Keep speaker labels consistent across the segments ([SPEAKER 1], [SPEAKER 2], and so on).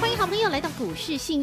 [SPEAKER 1] 欢迎好朋友来到股市幸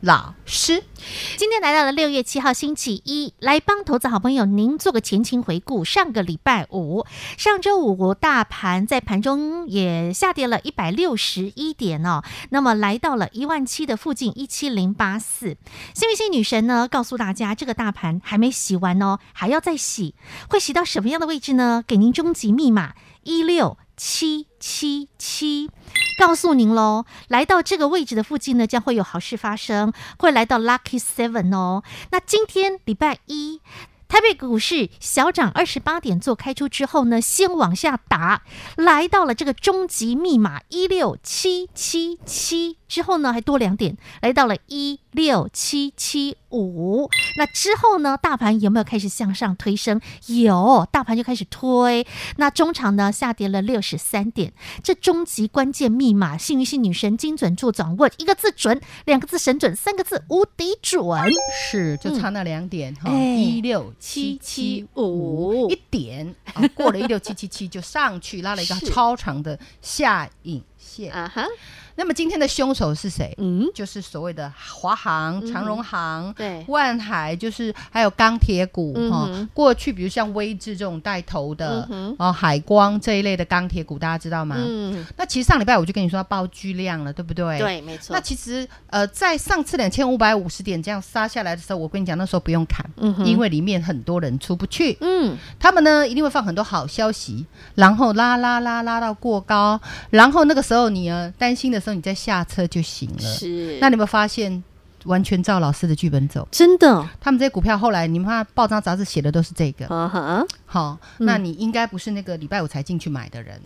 [SPEAKER 2] 老师。
[SPEAKER 1] 今天来到了六月七号星期一，来帮投资好朋友您做个前情回顾。上个礼拜五，上周五大盘在盘中也下跌了一百六十一点哦，那么来到了一万七的附近，一七零八四。幸运星女神呢告诉大家，这个大盘还没洗完哦，还要再洗，会洗到什么样的位置呢？给您终极密码一六七七七。告诉您喽，来到这个位置的附近呢，将会有好事发生，会来到 Lucky Seven 哦。那今天礼拜一。台北股市小涨二十八点，做开出之后呢，先往下打，来到了这个终极密码一六七七七之后呢，还多两点，来到了一六七七五。那之后呢，大盘有没有开始向上推升？有，大盘就开始推。那中场呢，下跌了六十三点。这终极关键密码，幸运星女神精准助掌握，一个字准，两个字神准，三个字无敌准。
[SPEAKER 2] 是，就差那两点哈，
[SPEAKER 1] 哎
[SPEAKER 2] 哎一六七七五一点，啊过了一六七七七就上去拉了一个
[SPEAKER 1] 是
[SPEAKER 2] 超长的下影线。
[SPEAKER 1] 啊哈，
[SPEAKER 2] 那么今天的凶手是谁？
[SPEAKER 1] 嗯，
[SPEAKER 2] 就是所谓的华航、长荣航、
[SPEAKER 1] 对
[SPEAKER 2] 万海，就是还有钢铁股
[SPEAKER 1] 嗯
[SPEAKER 2] 哈、
[SPEAKER 1] 哼
[SPEAKER 2] 过去比如像威智这种带头的、
[SPEAKER 1] 嗯
[SPEAKER 2] 哦，海光这一类的钢铁股，大家知道吗？
[SPEAKER 1] 嗯，
[SPEAKER 2] 那其实上礼拜我就跟你说要爆巨量了，对不对？。
[SPEAKER 1] 对，没错
[SPEAKER 2] 哎那。其实呃，在上次两千五百五十点这样杀下来的时候，我跟你讲，那时候不用砍，
[SPEAKER 1] 嗯哼
[SPEAKER 2] 因为里面很多人出不去。
[SPEAKER 1] 嗯，
[SPEAKER 2] 他们呢一定会放很多好消息，然后拉拉拉拉到过高，然后那个时候你呢担心的时候，你再下车就行了。
[SPEAKER 1] 是
[SPEAKER 2] 那你有没有发现完全照老师的剧本走？
[SPEAKER 1] 真的，
[SPEAKER 2] 他们这些股票后来你们看报章杂志写的都是这个。
[SPEAKER 1] 啊哈，
[SPEAKER 2] 好，
[SPEAKER 1] 嗯
[SPEAKER 2] 那你应该不是那个礼拜五才进去买的人，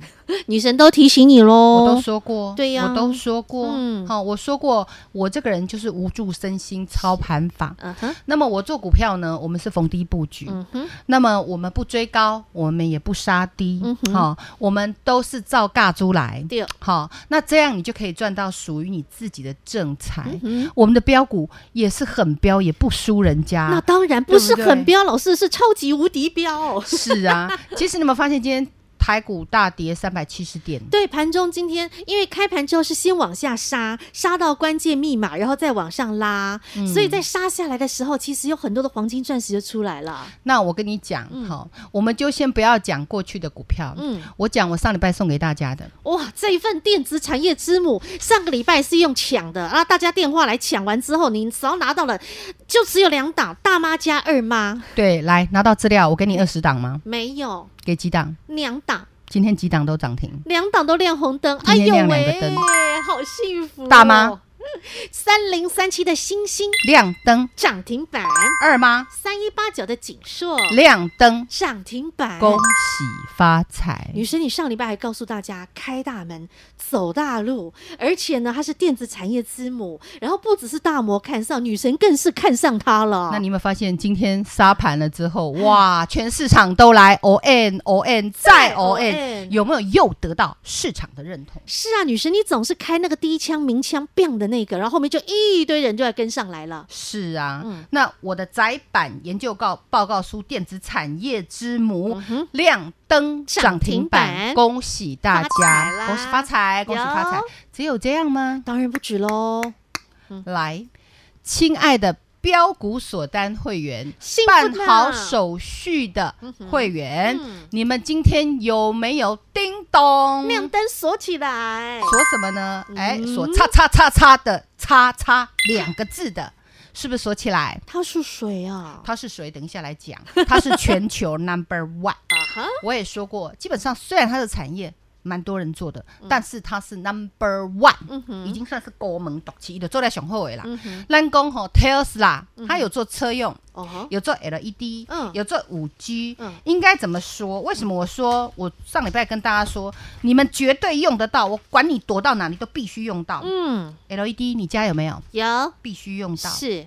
[SPEAKER 1] 女神都提醒你
[SPEAKER 2] 我都
[SPEAKER 1] 喽。
[SPEAKER 2] 说过，
[SPEAKER 1] 哦对呀
[SPEAKER 2] 我都说过，
[SPEAKER 1] 嗯
[SPEAKER 2] 好，我说过，我这个人就是无助身心操盘法。
[SPEAKER 1] 嗯哼，
[SPEAKER 2] 那么我做股票呢，我们是逢低布局，
[SPEAKER 1] 嗯哼，
[SPEAKER 2] 那么我们不追高，我们也不杀低，好、我们都是照尬出来，
[SPEAKER 1] 嗯对，
[SPEAKER 2] 好、那这样你就可以赚到属于你自己的正财。
[SPEAKER 1] 嗯，
[SPEAKER 2] 我们的标股也是很标，也不输人
[SPEAKER 1] 那
[SPEAKER 2] 家。
[SPEAKER 1] 当然不是
[SPEAKER 2] 对不对
[SPEAKER 1] 很标，老师是超级无敌标。
[SPEAKER 2] 是啊，其实你有没有发现今天台股大跌三百七十点？
[SPEAKER 1] 对，盘中今天因为开盘之后是先往下杀，杀到关键密码，然后再往上拉，所以在杀下来的时候，其实有很多的黄金钻石就出来了。
[SPEAKER 2] 那我跟你讲，好、我们就先不要讲过去的股票，
[SPEAKER 1] 嗯，
[SPEAKER 2] 我讲我上礼拜送给大家的，
[SPEAKER 1] 哇，这一份电子产业之母，上个礼拜是用抢的啊，大家电话来抢完之后，你只要拿到了，就只有两档，大妈加二妈，
[SPEAKER 2] 对，来拿到资料，我给
[SPEAKER 1] 嗯
[SPEAKER 2] 你二十档吗？
[SPEAKER 1] 没有
[SPEAKER 2] 给几档？
[SPEAKER 1] 两档。
[SPEAKER 2] 今天几档都涨停，
[SPEAKER 1] 两档都亮红灯，哎
[SPEAKER 2] 今天
[SPEAKER 1] 呦
[SPEAKER 2] 亮两
[SPEAKER 1] 喂
[SPEAKER 2] 个灯，
[SPEAKER 1] 好幸福、哦
[SPEAKER 2] 大妈。
[SPEAKER 1] 三零三七的星星
[SPEAKER 2] 亮灯
[SPEAKER 1] 涨停板，
[SPEAKER 2] 二妈
[SPEAKER 1] 三一八九的锦硕
[SPEAKER 2] 亮灯，
[SPEAKER 1] 涨停板。
[SPEAKER 2] 恭喜发财！
[SPEAKER 1] 女神，你上礼拜还告诉大家开大门走大路，而且呢，它是电子产业之母，然后不只是大摩看上，女神更是看上它了。
[SPEAKER 2] 那你有没有发现今天杀盘了之后，哇，全市场都来 O N O N 再哦哎 O
[SPEAKER 1] 再
[SPEAKER 2] N，
[SPEAKER 1] ON
[SPEAKER 2] 有没有又得到市场的认同？
[SPEAKER 1] 哎是啊，女神，你总是开那个第一枪、鸣枪、biang 的那个，然后后面就一堆人就要跟上来了。
[SPEAKER 2] 是啊，
[SPEAKER 1] 嗯
[SPEAKER 2] 那我的窄板研究告报告书《电子产业之母》
[SPEAKER 1] 嗯哼
[SPEAKER 2] 亮灯
[SPEAKER 1] 涨
[SPEAKER 2] 涨
[SPEAKER 1] 停
[SPEAKER 2] 停
[SPEAKER 1] 板
[SPEAKER 2] 板，恭喜大
[SPEAKER 1] 发财啦
[SPEAKER 2] 家，恭喜发财，恭喜发财
[SPEAKER 1] 有！嗯
[SPEAKER 2] 只有这样吗？
[SPEAKER 1] 当然不止喽，
[SPEAKER 2] 来，亲爱的标股锁单会员，
[SPEAKER 1] 兴奋
[SPEAKER 2] 办
[SPEAKER 1] 呐
[SPEAKER 2] 好手续的会员，
[SPEAKER 1] 嗯
[SPEAKER 2] 你们今天有没有叮咚？
[SPEAKER 1] 亮灯锁起来。
[SPEAKER 2] 锁什么呢？哎、
[SPEAKER 1] 嗯
[SPEAKER 2] 锁叉叉叉叉的叉叉两个字的，是不是锁起来？
[SPEAKER 1] 它是谁啊？
[SPEAKER 2] 它是谁？等一下来讲，它是全球 number one。
[SPEAKER 1] 啊哈，
[SPEAKER 2] 我也说过，基本上虽然它的产业蛮多人做的，但是它是 number one，、
[SPEAKER 3] 嗯
[SPEAKER 2] 已
[SPEAKER 3] 哼，
[SPEAKER 2] 经算是国门独起的，做在雄厚的啦。
[SPEAKER 3] 嗯哼，
[SPEAKER 2] 咱讲吼 Tesla，它有做车用，
[SPEAKER 3] 哦吼，
[SPEAKER 2] 有做 LED，
[SPEAKER 3] 嗯
[SPEAKER 2] 有做五 G，
[SPEAKER 3] 嗯
[SPEAKER 2] 应该怎么说？为什么我说我上礼拜跟大家说，你们绝对用得到，我管你躲到哪里都必须用到、
[SPEAKER 3] 嗯，
[SPEAKER 2] LED，你家有没有？
[SPEAKER 3] 有
[SPEAKER 2] 必须用到
[SPEAKER 3] 是嗯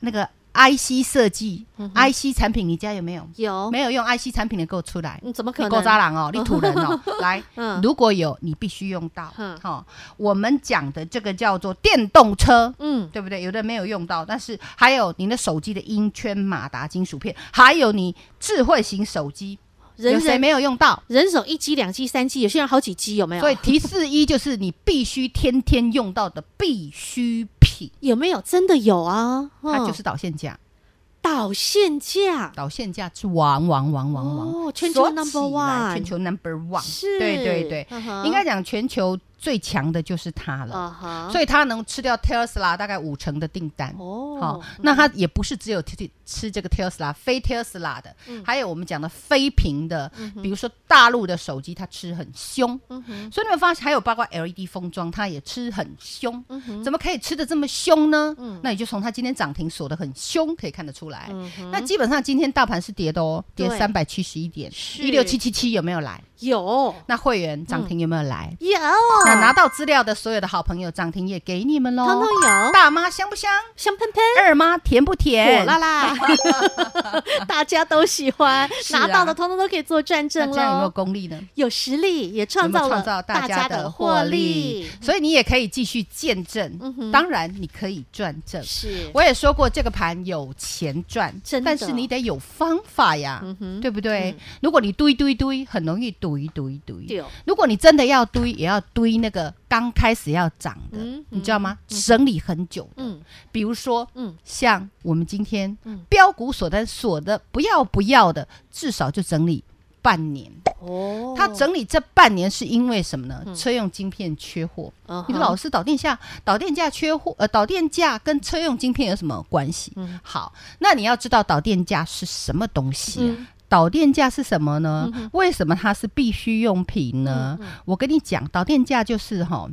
[SPEAKER 2] 那个 IC 设计、i c 产品，你家有没有？
[SPEAKER 3] 有，
[SPEAKER 2] 没有用 IC 产品的给我出来。
[SPEAKER 3] 嗯，怎么可
[SPEAKER 2] 你狗
[SPEAKER 3] 能？
[SPEAKER 2] 渣狼 哦，你土人哦，来
[SPEAKER 3] 嗯，
[SPEAKER 2] 如果有你必须用到
[SPEAKER 3] 嗯，
[SPEAKER 2] 好、我们讲的这个叫做电动车，
[SPEAKER 3] 嗯，
[SPEAKER 2] 对不对？有的没有用到，但是还有您的手机的音圈马达金属片，还有你智慧型手机，
[SPEAKER 3] 人
[SPEAKER 2] 有谁
[SPEAKER 3] 人
[SPEAKER 2] 没有用到？
[SPEAKER 3] 人手一机、两机、三机，有些人好几机，有没有？
[SPEAKER 2] 所以提示一就是你必须天天用到的必需品，
[SPEAKER 3] 有没有真的有啊？
[SPEAKER 2] 它
[SPEAKER 3] 嗯
[SPEAKER 2] 就是导线架，
[SPEAKER 3] 导线架，
[SPEAKER 2] 导线架之王王王王王，
[SPEAKER 3] 哦，全
[SPEAKER 2] 锁
[SPEAKER 3] 球
[SPEAKER 2] 起
[SPEAKER 3] number
[SPEAKER 2] 来
[SPEAKER 3] one，
[SPEAKER 2] 全球 number one，
[SPEAKER 3] 是，
[SPEAKER 2] 对对对，
[SPEAKER 3] 嗯哼
[SPEAKER 2] 应该讲全球最强的就是它了。
[SPEAKER 3] 啊哈，
[SPEAKER 2] 所以它能吃掉 Tesla 大概五成的订单。
[SPEAKER 3] 哦，
[SPEAKER 2] 好、那它也不是只有吃吃这个 Tesla，非 Tesla 的，
[SPEAKER 3] 嗯
[SPEAKER 2] 还有我们讲的非屏的，比如说大陆的手机，它吃很凶。
[SPEAKER 3] 嗯哼，
[SPEAKER 2] 所以你们发现还有包括 LED 封装，它也吃很凶。
[SPEAKER 3] 嗯哼，
[SPEAKER 2] 怎么可以吃的这么凶呢？那你就从它今天涨停锁的很凶，可以看得出来。
[SPEAKER 3] 嗯哼
[SPEAKER 2] 那基本上今天大盘是跌的哦，跌
[SPEAKER 3] 对
[SPEAKER 2] 三百七十一点，
[SPEAKER 3] 是
[SPEAKER 2] 一六七七七有没有来？
[SPEAKER 3] 有
[SPEAKER 2] 那会员涨停有没有来？
[SPEAKER 3] 有，
[SPEAKER 2] 那拿到资料的所有的好朋友，涨停也给你们喽。
[SPEAKER 3] 哦通通有，
[SPEAKER 2] 大妈香不香？
[SPEAKER 3] 香喷喷。
[SPEAKER 2] 二妈甜不甜？
[SPEAKER 3] 火辣辣， 大家都喜 欢，
[SPEAKER 2] 是啊
[SPEAKER 3] 拿到的通通都可以做转
[SPEAKER 2] 那
[SPEAKER 3] 正
[SPEAKER 2] 这样有没有
[SPEAKER 3] 喽。
[SPEAKER 2] 功力呢？
[SPEAKER 3] 有实力，也
[SPEAKER 2] 有
[SPEAKER 3] 创
[SPEAKER 2] 没
[SPEAKER 3] 造
[SPEAKER 2] 有
[SPEAKER 3] 了
[SPEAKER 2] 创造大家的获
[SPEAKER 3] 获
[SPEAKER 2] 利？所以你也可以继续见证。
[SPEAKER 3] 嗯哼
[SPEAKER 2] 当然，你可以赚正。
[SPEAKER 3] 是，
[SPEAKER 2] 我也说过，这个盘有钱赚
[SPEAKER 3] 真，的
[SPEAKER 2] 但是你得有方法呀，
[SPEAKER 3] 嗯哼
[SPEAKER 2] 对不对？如果你堆堆堆，很容易堆堆堆。
[SPEAKER 3] 对，哦
[SPEAKER 2] 如果你真的要堆，也要堆那个刚开始要涨的，
[SPEAKER 3] 嗯
[SPEAKER 2] 你知道吗？整理很久的，
[SPEAKER 3] 嗯
[SPEAKER 2] 比如说
[SPEAKER 3] 嗯，
[SPEAKER 2] 像我们今天
[SPEAKER 3] 嗯
[SPEAKER 2] 标股所单锁的不要不要的，至少就整理半年。
[SPEAKER 3] 哦，
[SPEAKER 2] 它整理这半年是因为什么呢？
[SPEAKER 3] 嗯
[SPEAKER 2] 车用晶片缺货。
[SPEAKER 3] 嗯哼，
[SPEAKER 2] 你说老师导电价、导电价缺货，呃，导电价跟车用晶片有什么关系？
[SPEAKER 3] 嗯
[SPEAKER 2] 好，那你要知道导电价是什么东西、啊。
[SPEAKER 3] 嗯
[SPEAKER 2] 导电价是什么呢？
[SPEAKER 3] 嗯哼嗯
[SPEAKER 2] 为什么它是必需用品呢？我跟你讲，导电价就是哈，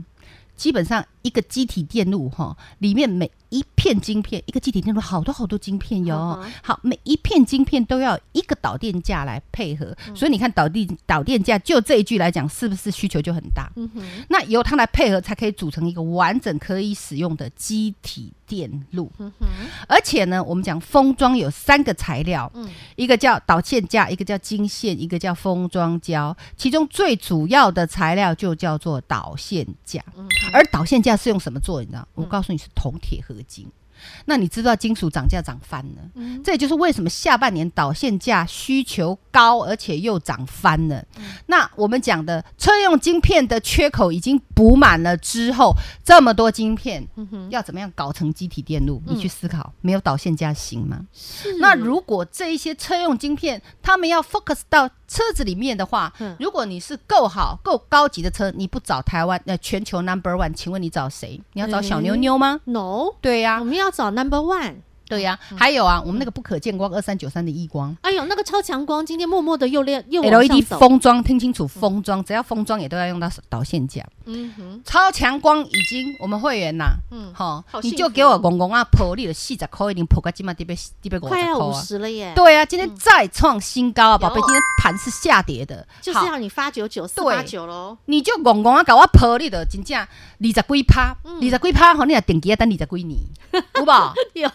[SPEAKER 2] 基本上一个机体电路哈，里面每一片晶片，一个机体电路好多好多晶片哟。
[SPEAKER 3] 嗯哼
[SPEAKER 2] 好，每一片晶片都要一个导电价来配合，
[SPEAKER 3] 嗯
[SPEAKER 2] 所以你看导电导电价就这一句来讲，是不是需求就很大？
[SPEAKER 3] 嗯哼，
[SPEAKER 2] 那由它来配合，才可以组成一个完整可以使用的机体电路。
[SPEAKER 3] 嗯哼，
[SPEAKER 2] 而且呢，我们讲封装有三个材料，
[SPEAKER 3] 嗯
[SPEAKER 2] 一个叫导线架，一个叫晶线，一个叫封装胶。其中最主要的材料就叫做导线架。
[SPEAKER 3] 嗯
[SPEAKER 2] 而导线架是用什么做？你知道？我告诉你是铜铁合金。那你知道金属涨价涨翻了？
[SPEAKER 3] 嗯
[SPEAKER 2] 这也就是为什么下半年导线价需求高，而且又涨翻了。
[SPEAKER 3] 嗯
[SPEAKER 2] 那我们讲的车用晶片的缺口已经补满了之后，这么多晶片
[SPEAKER 3] 嗯哼，
[SPEAKER 2] 要怎么样搞成机体电路？
[SPEAKER 3] 嗯
[SPEAKER 2] 你去思考，没有导线价行吗？
[SPEAKER 3] 是
[SPEAKER 2] 那如果这一些车用晶片，他们要 focus 到车子里面的话，
[SPEAKER 3] 嗯
[SPEAKER 2] 如果你是够好、够高级的车，你不找台湾呃全球 number one，请问你找谁？你要找小妞妞吗？
[SPEAKER 3] no，
[SPEAKER 2] 对呀、
[SPEAKER 3] 我们要找 number one。
[SPEAKER 2] 对呀、还有啊，我们那个不可见光二三九三的异光。
[SPEAKER 3] 哎呦，那个超强光今天默默的又亮又往上
[SPEAKER 2] LED
[SPEAKER 3] 走，
[SPEAKER 2] 封装，听清楚，封装，只要封装也都要用到导线架。
[SPEAKER 3] 嗯哼，
[SPEAKER 2] 超强光已经我们会员呐，
[SPEAKER 3] 嗯，
[SPEAKER 2] 好
[SPEAKER 3] 好，
[SPEAKER 2] 你
[SPEAKER 3] 幸
[SPEAKER 2] 就
[SPEAKER 3] 福
[SPEAKER 2] 给我公公啊，破你的四十块，已经破个起码得被得被五
[SPEAKER 3] 快
[SPEAKER 2] 十
[SPEAKER 3] 要
[SPEAKER 2] 块
[SPEAKER 3] 五
[SPEAKER 2] 啊。
[SPEAKER 3] 十了耶，
[SPEAKER 2] 对啊，今天再创新高啊，
[SPEAKER 3] 嗯
[SPEAKER 2] 宝贝，
[SPEAKER 3] 有
[SPEAKER 2] 今天盘是下跌的，
[SPEAKER 3] 就是
[SPEAKER 2] 好
[SPEAKER 3] 要你发九九四八九喽，
[SPEAKER 2] 你就公公啊，搞我破你的，真正二十几趴，二十几趴，好，你也定期要等二十几年，有吧？
[SPEAKER 3] 有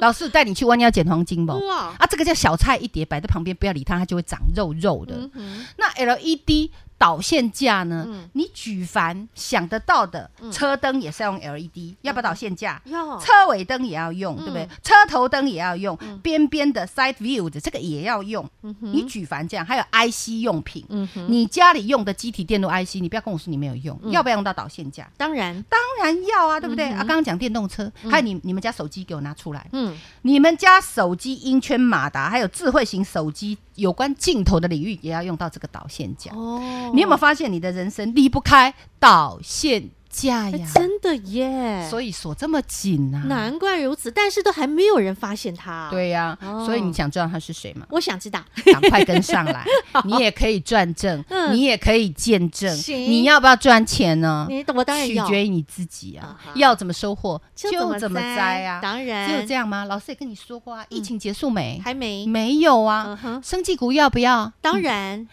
[SPEAKER 2] 老师带你去弯腰捡黄金不？
[SPEAKER 3] 哇，
[SPEAKER 2] 啊，这个叫小菜一碟，摆在旁边，不要理它，它就会长肉肉的。
[SPEAKER 3] 嗯哼，
[SPEAKER 2] 那 LED 导线架呢？
[SPEAKER 3] 嗯
[SPEAKER 2] 你举凡想得到的，车灯也是要用 LED，、要不要导线架？
[SPEAKER 3] 要
[SPEAKER 2] 车尾灯也要用，
[SPEAKER 3] 嗯
[SPEAKER 2] 对不对？车头灯也要用，边边的 side view 的这个也要用。
[SPEAKER 3] 嗯哼
[SPEAKER 2] 你举凡这样，还有 IC 用品，
[SPEAKER 3] 嗯哼，
[SPEAKER 2] 你家里用的机体电路 IC，你不要跟我说你没有用，要不要用到导线架？
[SPEAKER 3] 当然，
[SPEAKER 2] 当然要啊，对不对？
[SPEAKER 3] 嗯哼
[SPEAKER 2] 啊，刚刚讲电动车，还有你你们家手机给我拿出来，
[SPEAKER 3] 嗯
[SPEAKER 2] 你们家手机音圈马达，还有智慧型手机有关镜头的领域，也要用到这个导线架。
[SPEAKER 3] 哦
[SPEAKER 2] 你有没有发现你的人生离不开导线价
[SPEAKER 1] 哎
[SPEAKER 2] 呀，
[SPEAKER 1] 真的耶，
[SPEAKER 2] 所以锁这么紧啊。
[SPEAKER 1] 难怪如此，但是都还没有人发现它。，
[SPEAKER 2] 对啊呀、
[SPEAKER 1] 哦
[SPEAKER 2] 所以你想知道他是谁吗？
[SPEAKER 1] 我想知道，
[SPEAKER 2] 赶快跟上 来，你也可以转正，
[SPEAKER 1] 哦嗯
[SPEAKER 2] 你也可以见证。
[SPEAKER 1] 行
[SPEAKER 2] 你要不要赚钱呢？
[SPEAKER 1] 你我当然
[SPEAKER 2] 取
[SPEAKER 1] 要，
[SPEAKER 2] 决于你自己
[SPEAKER 1] 啊
[SPEAKER 2] 啊
[SPEAKER 1] 哈，
[SPEAKER 2] 要怎么收获
[SPEAKER 1] 就
[SPEAKER 2] 怎么
[SPEAKER 1] 栽
[SPEAKER 2] 栽啊。
[SPEAKER 1] 当然，
[SPEAKER 2] 只有这样吗？老师也跟你说过啊，疫情结束没？
[SPEAKER 1] 还没，
[SPEAKER 2] 没有
[SPEAKER 1] 嗯
[SPEAKER 2] 啊。
[SPEAKER 1] 哼，
[SPEAKER 2] 生技股要不要？
[SPEAKER 1] 当然，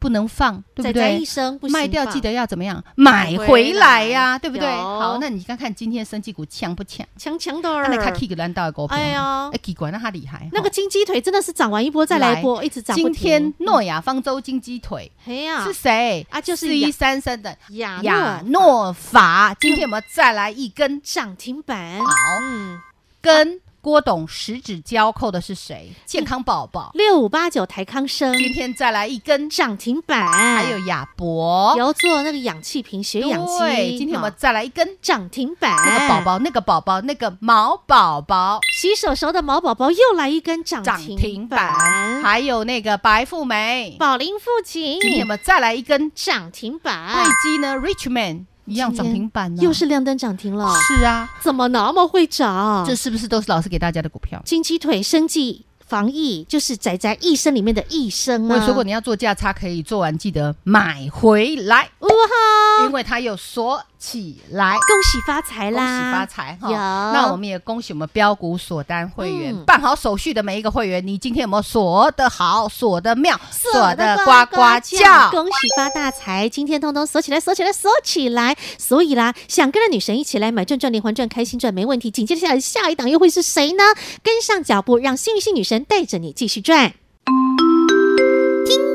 [SPEAKER 2] 不能放，对
[SPEAKER 1] 仔
[SPEAKER 2] 不
[SPEAKER 1] 仔一
[SPEAKER 2] 对？
[SPEAKER 1] 生不行
[SPEAKER 2] 卖掉
[SPEAKER 1] 吧
[SPEAKER 2] 记得要怎么样？买回来呀，对不对？
[SPEAKER 1] 有
[SPEAKER 2] 好，那你看看今天生技股强不强？啊
[SPEAKER 1] 强强的
[SPEAKER 2] 那
[SPEAKER 1] 儿，
[SPEAKER 2] 他 K 个烂到的股票，
[SPEAKER 1] 哎呀
[SPEAKER 2] 哎，奇怪，那他厉害。
[SPEAKER 1] 那个
[SPEAKER 2] 哦
[SPEAKER 1] 金鸡腿真的是涨完一波再来一波，一直涨不
[SPEAKER 2] 今
[SPEAKER 1] 停。
[SPEAKER 2] 天诺亚方舟金鸡腿
[SPEAKER 1] 哎呀
[SPEAKER 2] 是谁
[SPEAKER 1] 啊就是
[SPEAKER 2] 四
[SPEAKER 1] 亚
[SPEAKER 2] 一三三的
[SPEAKER 1] 亚
[SPEAKER 2] 亚
[SPEAKER 1] 诺
[SPEAKER 2] 诺法，今天我们再来一根，
[SPEAKER 1] 涨停板，
[SPEAKER 2] 好。
[SPEAKER 1] 嗯，
[SPEAKER 2] 跟郭董十指交扣的是谁？
[SPEAKER 1] 嗯
[SPEAKER 2] 健康宝宝，
[SPEAKER 1] 六五八九台康生
[SPEAKER 2] 今天再来一根，
[SPEAKER 1] 涨停板，
[SPEAKER 2] 还有亚博，
[SPEAKER 1] 有做那个氧气瓶血嗯氧
[SPEAKER 2] 对
[SPEAKER 1] 机，
[SPEAKER 2] 今天我们
[SPEAKER 1] 哈
[SPEAKER 2] 再来一根，
[SPEAKER 1] 涨停板，
[SPEAKER 2] 这个宝宝，那个宝宝，那个毛宝宝
[SPEAKER 1] 洗手手的毛宝宝又来一根涨
[SPEAKER 2] 涨
[SPEAKER 1] 停
[SPEAKER 2] 停板，
[SPEAKER 1] 板，
[SPEAKER 2] 还有那个白富美，
[SPEAKER 1] 宝林富锦
[SPEAKER 2] 今天哎我们再来一根，
[SPEAKER 1] 涨停
[SPEAKER 2] 瑞
[SPEAKER 1] 板，
[SPEAKER 2] 基呢，Richman 一样涨停板呢，
[SPEAKER 1] 啊又是亮灯涨停了，
[SPEAKER 2] 是啊，
[SPEAKER 1] 怎么那么会涨？
[SPEAKER 2] 这是不是都是老师给大家的股票？
[SPEAKER 1] 金鸡腿生计防疫，就是仔仔一生里面的一生啊！
[SPEAKER 2] 我也说过，你要做价差，可以做完记得买回来，
[SPEAKER 1] 哇哈，
[SPEAKER 2] 因为它有锁起来。
[SPEAKER 1] 恭喜发财
[SPEAKER 2] 恭喜发
[SPEAKER 1] 啦！
[SPEAKER 2] 财哈！
[SPEAKER 1] 有
[SPEAKER 2] 那我们也恭喜我们标股锁单会员、
[SPEAKER 1] 嗯
[SPEAKER 2] 办好手续的每一个会员，你今天有没有锁的好、锁的妙、
[SPEAKER 1] 锁
[SPEAKER 2] 得
[SPEAKER 1] 得
[SPEAKER 2] 呱呱叫？
[SPEAKER 1] 恭喜发大财！今天通通锁起来，锁起来，锁起来！所以啦，想跟着女神一起来买赚赚、连环赚、开心赚，没问题。紧接着下来下一档又会是谁呢？跟上脚步，让幸运星女神带着你继续赚。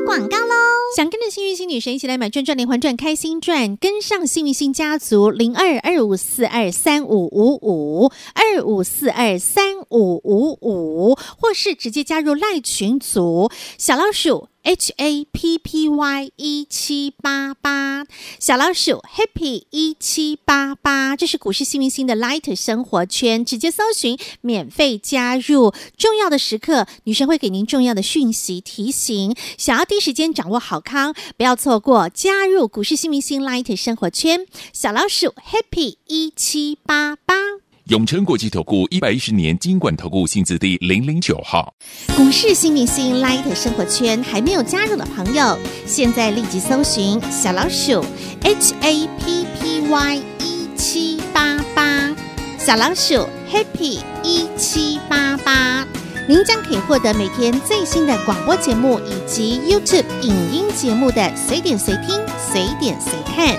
[SPEAKER 4] 广告喽！
[SPEAKER 1] 想跟着幸运星女神一起来买赚赚连环赚开心赚，跟上幸运星家族零二二五四二三五五五二五四二三五五五，或是直接加入赖群组小老鼠 H A P P Y 一七八八小老鼠 Happy 一七八八，这是股市幸运星的 Light 生活圈，直接搜寻免费加入。重要的时刻，女神会给您重要的讯息提醒。想要第一时间掌握好康，不要错过加入股市幸运星 Light 生活圈，小老鼠 Happy 一七八八。
[SPEAKER 5] 永诚国际投顾一百一十年金管投顾性质第零零九号，
[SPEAKER 1] 股市新明星 Light 生活圈还没有加入的朋友，现在立即搜寻小老鼠 HAPPY 一七八八，小老鼠 Happy 一七八八，您将可以获得每天最新的广播节目以及 YouTube 影音节目的随点随听、随点随看。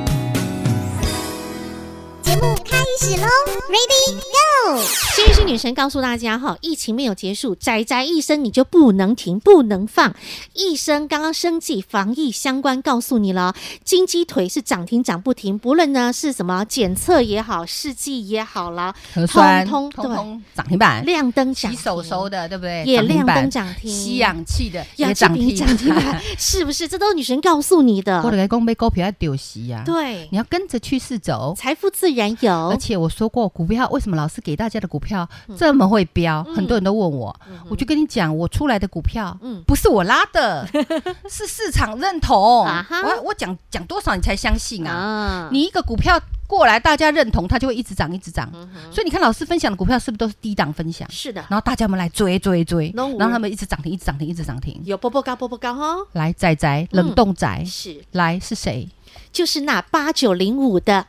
[SPEAKER 1] 幸运星女神告诉大家哈，疫情没有结束，宅宅一生你就不能停，不能放。医生刚刚生计防疫相关告诉你了，哦金鸡腿是涨停涨不停，不论呢是什么检测也好，试剂也好了，
[SPEAKER 2] 核酸
[SPEAKER 1] 通通
[SPEAKER 2] 通通涨停板，
[SPEAKER 1] 亮灯涨
[SPEAKER 2] 哎
[SPEAKER 1] 停，
[SPEAKER 2] 洗手收的对不对？
[SPEAKER 1] 也亮灯
[SPEAKER 2] 涨
[SPEAKER 1] 涨停，
[SPEAKER 2] 停板，吸氧气的
[SPEAKER 1] 氧
[SPEAKER 2] 也
[SPEAKER 1] 气
[SPEAKER 2] 涨
[SPEAKER 1] 瓶
[SPEAKER 2] 停
[SPEAKER 1] 涨停板，是不是？这都是女神告诉你 的，
[SPEAKER 2] 我的公被股票要丢席呀，
[SPEAKER 1] 对，
[SPEAKER 2] 啊你要跟着趋势走。
[SPEAKER 1] 财富自然有
[SPEAKER 2] 而。且我说过，股票为什么老师给大家的股票这么会飙？
[SPEAKER 1] 嗯
[SPEAKER 2] 很多人都问我，我就跟你讲，我出来的股票，
[SPEAKER 1] 嗯
[SPEAKER 2] 不是我拉 的，是市场认同。
[SPEAKER 1] 啊哈
[SPEAKER 2] 我我讲讲多少你才相信啊？
[SPEAKER 1] 啊
[SPEAKER 2] 你一个股票过来，大家认同，它就会一直涨，一直涨。
[SPEAKER 1] 嗯哼
[SPEAKER 2] 所以你看，老师分享的股票是不是都是低档分享？
[SPEAKER 1] 是的，
[SPEAKER 2] 然后大家们来追追追，
[SPEAKER 1] 拢有
[SPEAKER 2] 然后他们一直涨停，一直涨停，一直涨停。
[SPEAKER 1] 有波波高波波高哦，
[SPEAKER 2] 来，仔仔，
[SPEAKER 1] 嗯
[SPEAKER 2] 冷冻仔，
[SPEAKER 1] 是，
[SPEAKER 2] 来是谁？
[SPEAKER 1] 就是那八九零五的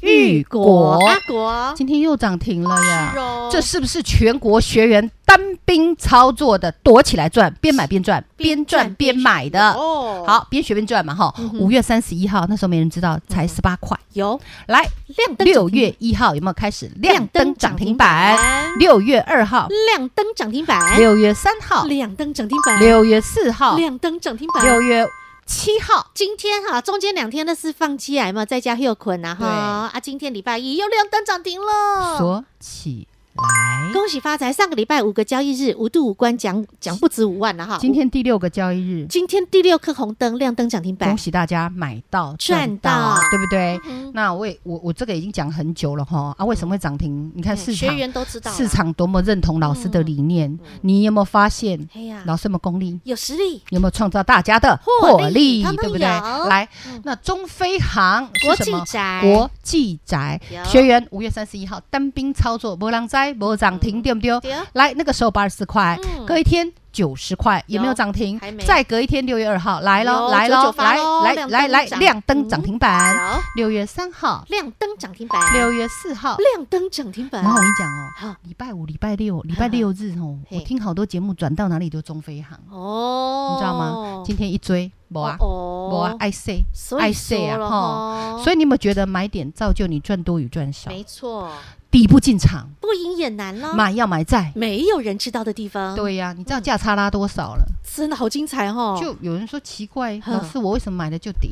[SPEAKER 2] 玉果
[SPEAKER 1] 阿国，
[SPEAKER 2] 今天又涨停了呀！
[SPEAKER 1] 是哦
[SPEAKER 2] 这是不是全国学员单兵操作的？躲起来赚，边买边赚，边赚边买的。
[SPEAKER 1] 哦
[SPEAKER 2] 好，边学边赚嘛哈。
[SPEAKER 1] 嗯
[SPEAKER 2] 五月三十一号那时候没人知道，才十八块。
[SPEAKER 1] 有
[SPEAKER 2] 来，
[SPEAKER 1] 嗯亮灯
[SPEAKER 2] 六月一号有没有开始亮灯涨停
[SPEAKER 1] 亮
[SPEAKER 2] 板
[SPEAKER 1] 灯涨停？板
[SPEAKER 2] 六月二号、
[SPEAKER 1] 亮灯涨停板，
[SPEAKER 2] 六月三号、
[SPEAKER 1] 亮灯涨停板，
[SPEAKER 2] 六月四号、
[SPEAKER 1] 亮灯涨停板，
[SPEAKER 2] 六月七号，
[SPEAKER 1] 今天哈、中间两天那是放假有没有在家休困啊哈
[SPEAKER 2] 对
[SPEAKER 1] 啊，今天礼拜一又亮灯涨停了，
[SPEAKER 2] 锁起来，
[SPEAKER 1] 恭喜发财！上个礼拜五个交易日，无度无关奖奖不止五万了哈。
[SPEAKER 2] 今天第六个交易日，
[SPEAKER 1] 今天第六颗红灯亮灯涨停板
[SPEAKER 2] 恭，喜大家买到
[SPEAKER 1] 赚
[SPEAKER 2] 赚
[SPEAKER 1] 到
[SPEAKER 2] 到，对不对？
[SPEAKER 1] 嗯
[SPEAKER 2] 那我也我我这个已经讲很久了哈啊，为什么会涨停？你看市
[SPEAKER 1] 嗯学
[SPEAKER 2] 场
[SPEAKER 1] 员都知道啦嗯
[SPEAKER 2] 市。场多么认同老师的理念，你有没有发现
[SPEAKER 1] 哎呀，
[SPEAKER 2] 老师有没有功力？
[SPEAKER 1] 有实力，
[SPEAKER 2] 有没有创造大家的
[SPEAKER 1] 获利
[SPEAKER 2] 获利，
[SPEAKER 1] 当然
[SPEAKER 2] 对不对？
[SPEAKER 1] 有嗯
[SPEAKER 2] 来，那中飞航
[SPEAKER 1] 国
[SPEAKER 2] 是什
[SPEAKER 1] 际
[SPEAKER 2] 么？
[SPEAKER 1] 宅，
[SPEAKER 2] 国际宅
[SPEAKER 1] 有
[SPEAKER 2] 学员五月三十一号单兵操作，波浪灾，波涨
[SPEAKER 1] 嗯
[SPEAKER 2] 停，对不对？
[SPEAKER 1] 对啊
[SPEAKER 2] 来，那个时候八十四块
[SPEAKER 1] 嗯，
[SPEAKER 2] 隔一天九十块，有没
[SPEAKER 1] 有
[SPEAKER 2] 有涨停
[SPEAKER 1] 还没？
[SPEAKER 2] 再隔一天六月二号来
[SPEAKER 1] 有
[SPEAKER 2] 喽，来
[SPEAKER 1] 998
[SPEAKER 2] 喽，来
[SPEAKER 1] 咯
[SPEAKER 2] 来
[SPEAKER 1] 亮
[SPEAKER 2] 来
[SPEAKER 1] 灯
[SPEAKER 2] 来
[SPEAKER 1] 涨
[SPEAKER 2] 亮灯涨停板，
[SPEAKER 1] 有
[SPEAKER 2] 六月三号，
[SPEAKER 1] 亮灯涨停板，
[SPEAKER 2] 六月四号。
[SPEAKER 1] 亮灯涨停板
[SPEAKER 2] 然，后我跟你讲
[SPEAKER 1] 好
[SPEAKER 2] 哦，礼拜五、礼拜六、礼拜六日哦，
[SPEAKER 1] 啊嘿
[SPEAKER 2] 我听好多节目转到哪里都中飞航，
[SPEAKER 1] 哦，
[SPEAKER 2] 你知道吗？今天一追，没啊，
[SPEAKER 1] 哦，
[SPEAKER 2] 没啊，爱 say。
[SPEAKER 1] 所以
[SPEAKER 2] 爱 say
[SPEAKER 1] 说
[SPEAKER 2] 啊
[SPEAKER 1] 了
[SPEAKER 2] 哈
[SPEAKER 1] 哈，
[SPEAKER 2] 所以你有没有觉得买点造就你赚多与赚少？
[SPEAKER 1] 没啊错，
[SPEAKER 2] 底部进场，
[SPEAKER 1] 不赢也难了，
[SPEAKER 2] 买要买在。
[SPEAKER 1] 没有人知道的地方，，
[SPEAKER 2] 对呀、你知道价差拉多少了？
[SPEAKER 1] 真的好精彩哦，
[SPEAKER 2] 就有人说奇怪，
[SPEAKER 1] 哼
[SPEAKER 2] 老师，我为什么买了就跌？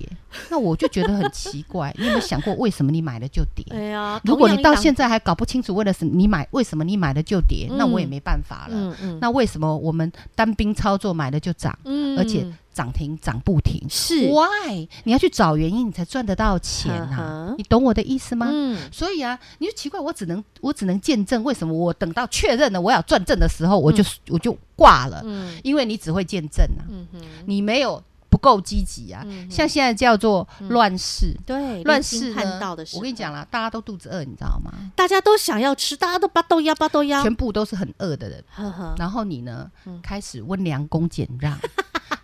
[SPEAKER 2] 那我就觉得很奇 怪，你有没有想过为什么你买了就跌？
[SPEAKER 1] 哎呀，
[SPEAKER 2] 如果
[SPEAKER 1] 同样
[SPEAKER 2] 你
[SPEAKER 1] 一
[SPEAKER 2] 到
[SPEAKER 1] 档
[SPEAKER 2] 现在还搞不清楚为了什么你买为什么你买了就跌，那我也
[SPEAKER 1] 嗯
[SPEAKER 2] 没办法了。
[SPEAKER 1] 嗯嗯
[SPEAKER 2] 那为什么我们单兵操作买了就涨，
[SPEAKER 1] 嗯
[SPEAKER 2] 而且涨停涨不停
[SPEAKER 1] 是
[SPEAKER 2] ？Why？你要去找原因，你才赚得到钱呐、
[SPEAKER 1] 呵呵
[SPEAKER 2] 你懂我的意思吗？
[SPEAKER 1] 嗯，
[SPEAKER 2] 所以啊，你就奇怪，我只能我只能见证，为什么我等到确认了我要转正的时候，我就、我就挂了、
[SPEAKER 1] 嗯
[SPEAKER 2] 因为你只会见证啊，
[SPEAKER 1] 嗯哼，
[SPEAKER 2] 你没有不够积极啊、
[SPEAKER 1] 嗯哼嗯
[SPEAKER 2] 像现在叫做乱世。
[SPEAKER 1] 对，
[SPEAKER 2] 乱
[SPEAKER 1] 人心
[SPEAKER 2] 世
[SPEAKER 1] 看
[SPEAKER 2] 呢
[SPEAKER 1] 到的时候，
[SPEAKER 2] 我跟你讲啦，大家都肚子饿，你知道吗？
[SPEAKER 1] 大家都想要吃，大家都巴豆腰巴豆腰，
[SPEAKER 2] 全部都是很饿的人。
[SPEAKER 1] 呵 呵，
[SPEAKER 2] 然后你呢，
[SPEAKER 1] 啊嗯
[SPEAKER 2] 开始温良恭俭让，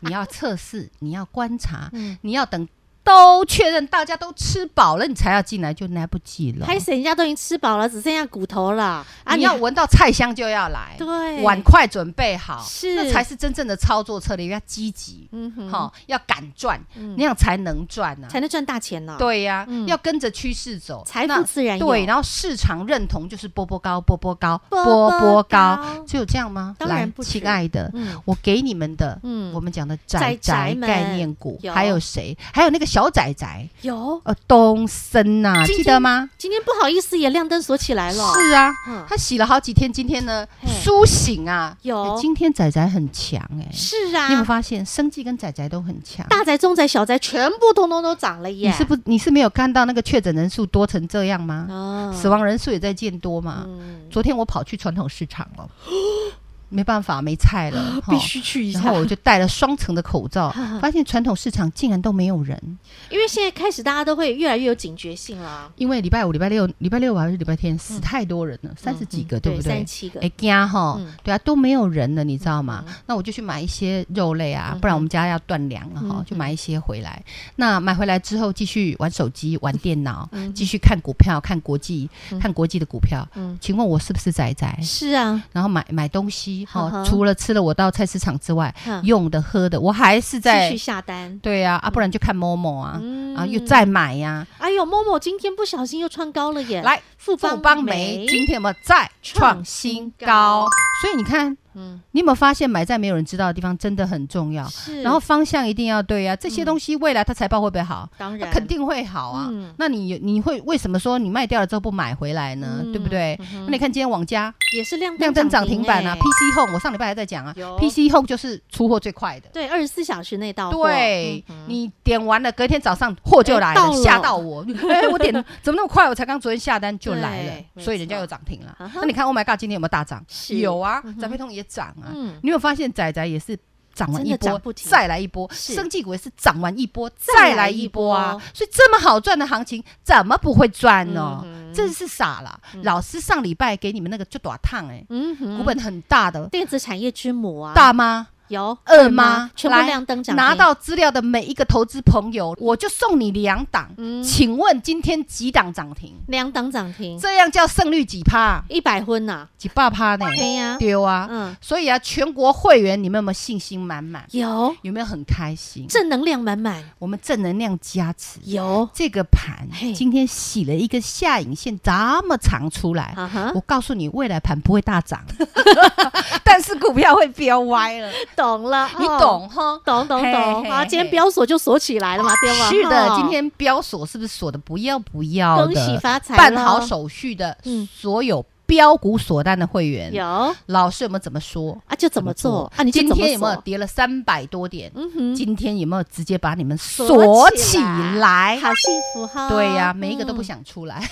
[SPEAKER 2] 你要测试，你要观察，
[SPEAKER 1] 嗯
[SPEAKER 2] 你要等都确认大家都吃饱了，你才要进来，就来不及了。
[SPEAKER 1] 开始人家都已经吃饱了，只剩下骨头了啊！
[SPEAKER 2] 你要闻到菜香就要来，
[SPEAKER 1] 对
[SPEAKER 2] 碗筷准备好，
[SPEAKER 1] 是
[SPEAKER 2] 那才是真正的操作策略，要积极，
[SPEAKER 1] 嗯哼
[SPEAKER 2] 好、要敢赚，
[SPEAKER 1] 嗯
[SPEAKER 2] 那样才能赚啊
[SPEAKER 1] 才。能赚大钱呢。，
[SPEAKER 2] 对呀、
[SPEAKER 1] 嗯
[SPEAKER 2] 要跟着趋势走，
[SPEAKER 1] 财富
[SPEAKER 2] 那
[SPEAKER 1] 自然有
[SPEAKER 2] 对，然后市场认同就是波波高，波波高，
[SPEAKER 1] 波
[SPEAKER 2] 波
[SPEAKER 1] 波
[SPEAKER 2] 波
[SPEAKER 1] 高
[SPEAKER 2] 高，只有这样吗？
[SPEAKER 1] 当然
[SPEAKER 2] 来
[SPEAKER 1] 不止
[SPEAKER 2] 亲爱的，
[SPEAKER 1] 嗯
[SPEAKER 2] 我给你们的，
[SPEAKER 1] 嗯
[SPEAKER 2] 我们讲的
[SPEAKER 1] 宅
[SPEAKER 2] 宅
[SPEAKER 1] 宅
[SPEAKER 2] 宅
[SPEAKER 1] 们
[SPEAKER 2] 概念股
[SPEAKER 1] 有，
[SPEAKER 2] 还有谁？还有那个小宅宅，
[SPEAKER 1] 有
[SPEAKER 2] 呃，东森呐、
[SPEAKER 1] 今天
[SPEAKER 2] 记得吗？
[SPEAKER 1] 今天不好意思也亮灯锁起来了，
[SPEAKER 2] 是啊
[SPEAKER 1] 嗯，
[SPEAKER 2] 他洗了好几天，今天呢
[SPEAKER 1] 嘿
[SPEAKER 2] 苏醒啊，
[SPEAKER 1] 有
[SPEAKER 2] 哎今天仔仔很强哎、
[SPEAKER 1] 是
[SPEAKER 2] 你有没有
[SPEAKER 1] 啊，
[SPEAKER 2] 发现生计跟仔仔都很强？
[SPEAKER 1] 大宅、中宅、小宅全部通通都涨了耶！
[SPEAKER 2] 你是不你是没有看到那个确诊人数多成这样吗？
[SPEAKER 1] 啊
[SPEAKER 2] 死亡人数也在见多吗？
[SPEAKER 1] 嗯
[SPEAKER 2] 昨天我跑去传统市场 哦，没办法，没菜了，
[SPEAKER 1] 必
[SPEAKER 2] 齁
[SPEAKER 1] 须去一
[SPEAKER 2] 然
[SPEAKER 1] 下
[SPEAKER 2] 后，我就戴了双层的口 罩，发现传统市场竟然都没有人。
[SPEAKER 1] 因为现在开始大家都会越来越有警觉性啦。
[SPEAKER 2] 因为礼拜五、礼拜六、礼拜六吧还是礼拜天，
[SPEAKER 1] 嗯
[SPEAKER 2] 死太多人了，三十几个，对不
[SPEAKER 1] 三
[SPEAKER 2] 对
[SPEAKER 1] 十？七个
[SPEAKER 2] 哎，，惊哈
[SPEAKER 1] 嗯，
[SPEAKER 2] 对啊，都没有人了，你知道吗？那我就去买一些肉类啊，不然我们家要断粮了
[SPEAKER 1] 嗯
[SPEAKER 2] 哈
[SPEAKER 1] 嗯，
[SPEAKER 2] 就买一些回来。那买回来之后，继续玩手机、玩电脑
[SPEAKER 1] 嗯，
[SPEAKER 2] 继续看股票、看国际
[SPEAKER 1] 嗯、
[SPEAKER 2] 看国际的股票
[SPEAKER 1] 嗯。
[SPEAKER 2] 请问我是不是仔仔？
[SPEAKER 1] 是啊，
[SPEAKER 2] 然后买买东西
[SPEAKER 1] 呵呵
[SPEAKER 2] 哈，除了吃了我到菜市场之外
[SPEAKER 1] 嗯，
[SPEAKER 2] 用的喝的，我还是
[SPEAKER 1] 继续
[SPEAKER 2] 在
[SPEAKER 1] 下单。
[SPEAKER 2] 对呀，啊，不然就看某某啊，
[SPEAKER 1] 嗯
[SPEAKER 2] 啊，又再买呀。
[SPEAKER 1] 哎呦，某某今天不小心又穿高了耶！，
[SPEAKER 2] 来，
[SPEAKER 1] 富
[SPEAKER 2] 富
[SPEAKER 1] 邦
[SPEAKER 2] 邦梅今天有没有再创新高？所以你看，
[SPEAKER 1] 嗯
[SPEAKER 2] 你有没有发现买在没有人知道的地方真的很重要？
[SPEAKER 1] 是，嗯
[SPEAKER 2] 啊然后方向一定要对啊，这些东西未来它财报会不会好？
[SPEAKER 1] 当
[SPEAKER 2] 它
[SPEAKER 1] 然
[SPEAKER 2] 肯定会好啊
[SPEAKER 1] 嗯。
[SPEAKER 2] 那你你会为什么说你卖掉了之后不买回来呢
[SPEAKER 1] 嗯？
[SPEAKER 2] 对不对？那你看今天网家
[SPEAKER 1] 也是亮
[SPEAKER 2] 亮灯涨停板啊
[SPEAKER 1] 哎
[SPEAKER 2] ，PC Home，我上礼拜还在讲啊
[SPEAKER 1] 有
[SPEAKER 2] ，PC Home 就是出货最快的。
[SPEAKER 1] 对，二十四小时内到货。
[SPEAKER 2] 对
[SPEAKER 1] 嗯哼
[SPEAKER 2] 你点完了，隔天早上货就来
[SPEAKER 1] 哎到了
[SPEAKER 2] 了，吓到我！ 哎，我点怎么那么快？我才刚昨天下单就来
[SPEAKER 1] 对没
[SPEAKER 2] 了，所以人家
[SPEAKER 1] 错
[SPEAKER 2] 有涨停了
[SPEAKER 1] 啊哈。
[SPEAKER 2] 那你看 Oh my God，今天有没有大涨？
[SPEAKER 1] 是
[SPEAKER 2] 有啊
[SPEAKER 1] 嗯哼，
[SPEAKER 2] 宅配通也涨啊
[SPEAKER 1] 嗯。
[SPEAKER 2] 你有发现仔仔也是涨完一
[SPEAKER 1] 真的涨
[SPEAKER 2] 波
[SPEAKER 1] 不，停
[SPEAKER 2] 再来一波，
[SPEAKER 1] 是
[SPEAKER 2] 生技股也是涨完一波，
[SPEAKER 1] 再
[SPEAKER 2] 再
[SPEAKER 1] 来
[SPEAKER 2] 来
[SPEAKER 1] 一
[SPEAKER 2] 一
[SPEAKER 1] 波
[SPEAKER 2] 波啊！所以这么好赚的行情，怎么不会赚呢
[SPEAKER 1] 嗯哼？
[SPEAKER 2] 真是傻了！老师上礼拜给你们那个就短烫哎，
[SPEAKER 1] 嗯哼
[SPEAKER 2] 股本很大的
[SPEAKER 1] 电子产业之母啊，
[SPEAKER 2] 大妈。
[SPEAKER 1] 有
[SPEAKER 2] 二妈
[SPEAKER 1] 全部
[SPEAKER 2] 来
[SPEAKER 1] 亮灯涨停，
[SPEAKER 2] 拿到资料的每一个投资朋友，我就送你两档。
[SPEAKER 1] 嗯
[SPEAKER 2] 请问今天几档涨停？
[SPEAKER 1] 两档涨停，
[SPEAKER 2] 这样叫胜率几趴？
[SPEAKER 1] 一百分呐，
[SPEAKER 2] 几百趴呢？
[SPEAKER 1] 对呀，
[SPEAKER 2] 丢啊！
[SPEAKER 1] 嗯
[SPEAKER 2] 所以啊，全国会员，你们有没有信心满满？
[SPEAKER 1] 有
[SPEAKER 2] 有没有很开心？
[SPEAKER 1] 正能量满满，
[SPEAKER 2] 我们正能量加持。
[SPEAKER 1] 有，
[SPEAKER 2] 这个盘
[SPEAKER 1] 嘿
[SPEAKER 2] 今天洗了一个下影线，这么长出来，
[SPEAKER 1] 啊哈
[SPEAKER 2] 我，告诉你，未来盘不会 大涨，但是股票会飙歪了，
[SPEAKER 1] 懂了，
[SPEAKER 2] 你
[SPEAKER 1] 哦
[SPEAKER 2] 懂哈？
[SPEAKER 1] 懂懂
[SPEAKER 2] 嘿
[SPEAKER 1] 懂
[SPEAKER 2] 嘿
[SPEAKER 1] 啊！
[SPEAKER 2] 嘿
[SPEAKER 1] 今天不要锁就锁起来了嘛，对吧？
[SPEAKER 2] 是的
[SPEAKER 1] 哈，
[SPEAKER 2] 今天标锁是不是锁的不要不要
[SPEAKER 1] 恭
[SPEAKER 2] 的？
[SPEAKER 1] 喜发财，
[SPEAKER 2] 办好，手续的
[SPEAKER 1] 嗯
[SPEAKER 2] 所有标股锁单的会员，
[SPEAKER 1] 有啊，
[SPEAKER 2] 老师有没有怎么说？哦
[SPEAKER 1] 就怎么做啊？你就
[SPEAKER 2] 今
[SPEAKER 1] 怎么
[SPEAKER 2] 天有没有
[SPEAKER 1] 做？
[SPEAKER 2] 跌了三百多点？
[SPEAKER 1] 嗯哼，
[SPEAKER 2] 今天有没有直接把你们
[SPEAKER 1] 锁
[SPEAKER 2] 锁
[SPEAKER 1] 起
[SPEAKER 2] 起
[SPEAKER 1] 来
[SPEAKER 2] 来？
[SPEAKER 1] 好幸福哈、
[SPEAKER 2] 对呀、每一个都不
[SPEAKER 1] 嗯、
[SPEAKER 2] 想出来。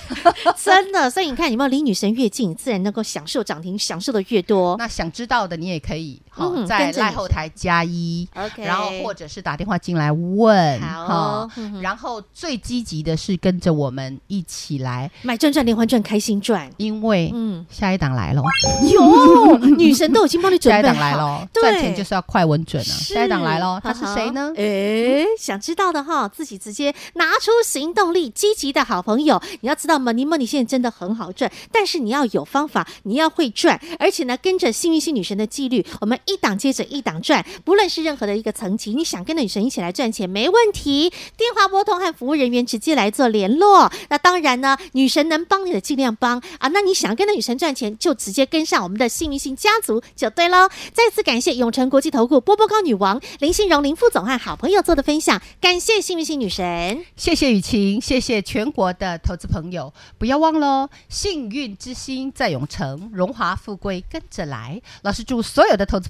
[SPEAKER 1] 真的。所以你看，有没有离女神越近，自然能够享受涨停，享受的越多。
[SPEAKER 2] 那想知道的你也可以好、
[SPEAKER 1] 嗯
[SPEAKER 2] 在
[SPEAKER 1] 跟着
[SPEAKER 2] 赖
[SPEAKER 1] 你
[SPEAKER 2] 后台加一
[SPEAKER 1] OK
[SPEAKER 2] 然后或者是打电话进来问
[SPEAKER 1] 好
[SPEAKER 2] 哈
[SPEAKER 1] 哦嗯哼
[SPEAKER 2] 然后最积极的是跟着我们一起来，
[SPEAKER 1] 买赚赚连环赚，开心赚。
[SPEAKER 2] 因为
[SPEAKER 1] 嗯，
[SPEAKER 2] 下一档来了，
[SPEAKER 1] 有女神都已经帮你准
[SPEAKER 2] 下一
[SPEAKER 1] 备
[SPEAKER 2] 档
[SPEAKER 1] 好
[SPEAKER 2] 来了，
[SPEAKER 1] 对
[SPEAKER 2] 赚钱就是要快稳准啊！
[SPEAKER 1] 是
[SPEAKER 2] 下一档来了，他是谁
[SPEAKER 1] 哈
[SPEAKER 2] 呢
[SPEAKER 1] 哈？诶，想知道的哈，自己直接拿出行动力，积极的好朋友。你要知道，money money 现在真的很好赚，但是你要有方法，你要会赚，而且呢，跟着幸运星女神的纪律，我们一档接着一档赚，不论是任何的一个层级，你想跟着女神一起来赚钱，没问题。电话拨通和服务人员直接来做联络。那当然呢，女神能帮你的尽量帮啊。那你想跟着女神赚钱，就直接跟上我们的幸运星家族就对喽。再次感谢永诚国际投顾波波高女王林信荣林副总和好朋友做的分享，感谢幸运星女神。
[SPEAKER 2] 谢谢雨晴，谢谢全国的投资朋友，不要忘了哦，幸运之星在永城，荣华富贵跟着来。老师祝所有的投资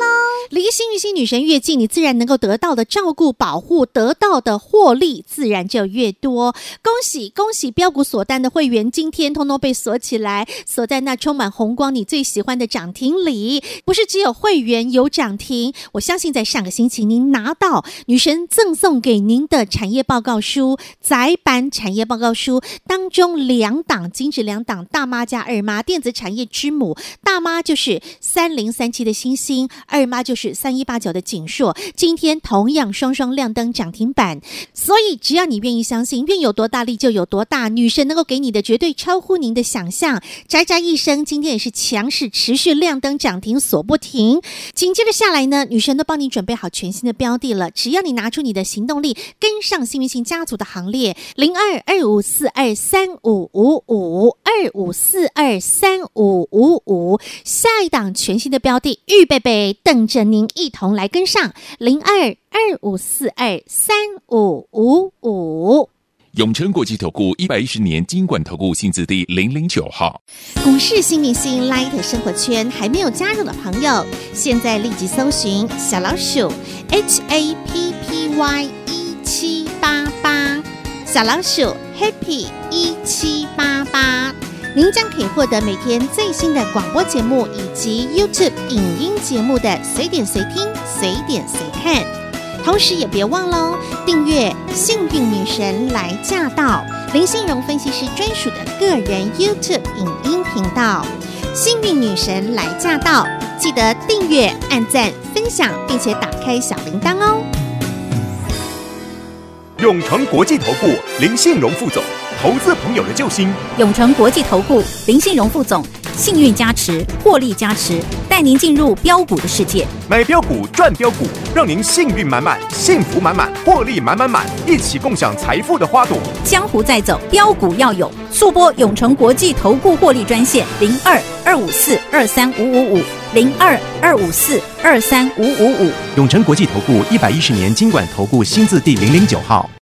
[SPEAKER 1] 离幸运星女神越近，你自然能够得到的照顾、保护，得到的获利自然就越多。恭喜恭喜！标股锁单的会员今天通通被锁起来，锁在那充满红光你最喜欢的涨停里。不是只有会员有涨停，我相信在上个星期您拿到女神赠送给您的产业报告书——窄版产业报告书当中两档金值两档大妈加二妈电子产业之母，大妈就是三零三七的星星，二妈就是三一八九的锦硕，今天同样双双亮灯涨停板。所以只要你愿意相信，愿有多大力就有多大，女神能够给你的绝对超乎您的想象。宅宅一生今天也是强势持续亮灯涨停锁不停，紧接着下来呢，女神都帮你准备好全新的标的了，只要你拿出你的行动力，跟上幸运星家族的行列，零二二五四二三五五五二五四二三五五五，下一档全新的标的预备备，等着您一同来跟上零二二五四二三五五五。
[SPEAKER 5] 永诚国际投顾一百一十年金管投顾性质第零零九号。
[SPEAKER 1] 股市新明星 Light 生活圈还没有加入的朋友，现在立即搜寻小老鼠 HAPPY 一 E 七八八，小老鼠 Happy 一七八八，您将可以获得每天最新的广播节目以及 YouTube 影音节目的随点随听、随点随看。同时也别忘喽，订阅《幸运女神来驾到》林信荣分析师专属的个人 YouTube 影音频道《幸运女神来驾到》，记得订阅、按赞、分享，并且打开小铃铛哦。
[SPEAKER 6] 永诚国际投顾林信荣副总，投资朋友的救星。
[SPEAKER 4] 永诚国际投顾林信荣副总，幸运加持，获利加持，带您进入标股的世界。
[SPEAKER 6] 买标股赚标股，让您幸运满满，幸福满满，获利满满满，一起共享财富的花朵。
[SPEAKER 4] 江湖再走，标股要有。速播永诚国际投顾获利专线零二二五四二三五五五零二二五四二三五五五。
[SPEAKER 7] 永诚国际投顾一百一十年经管投顾新字第零零九号。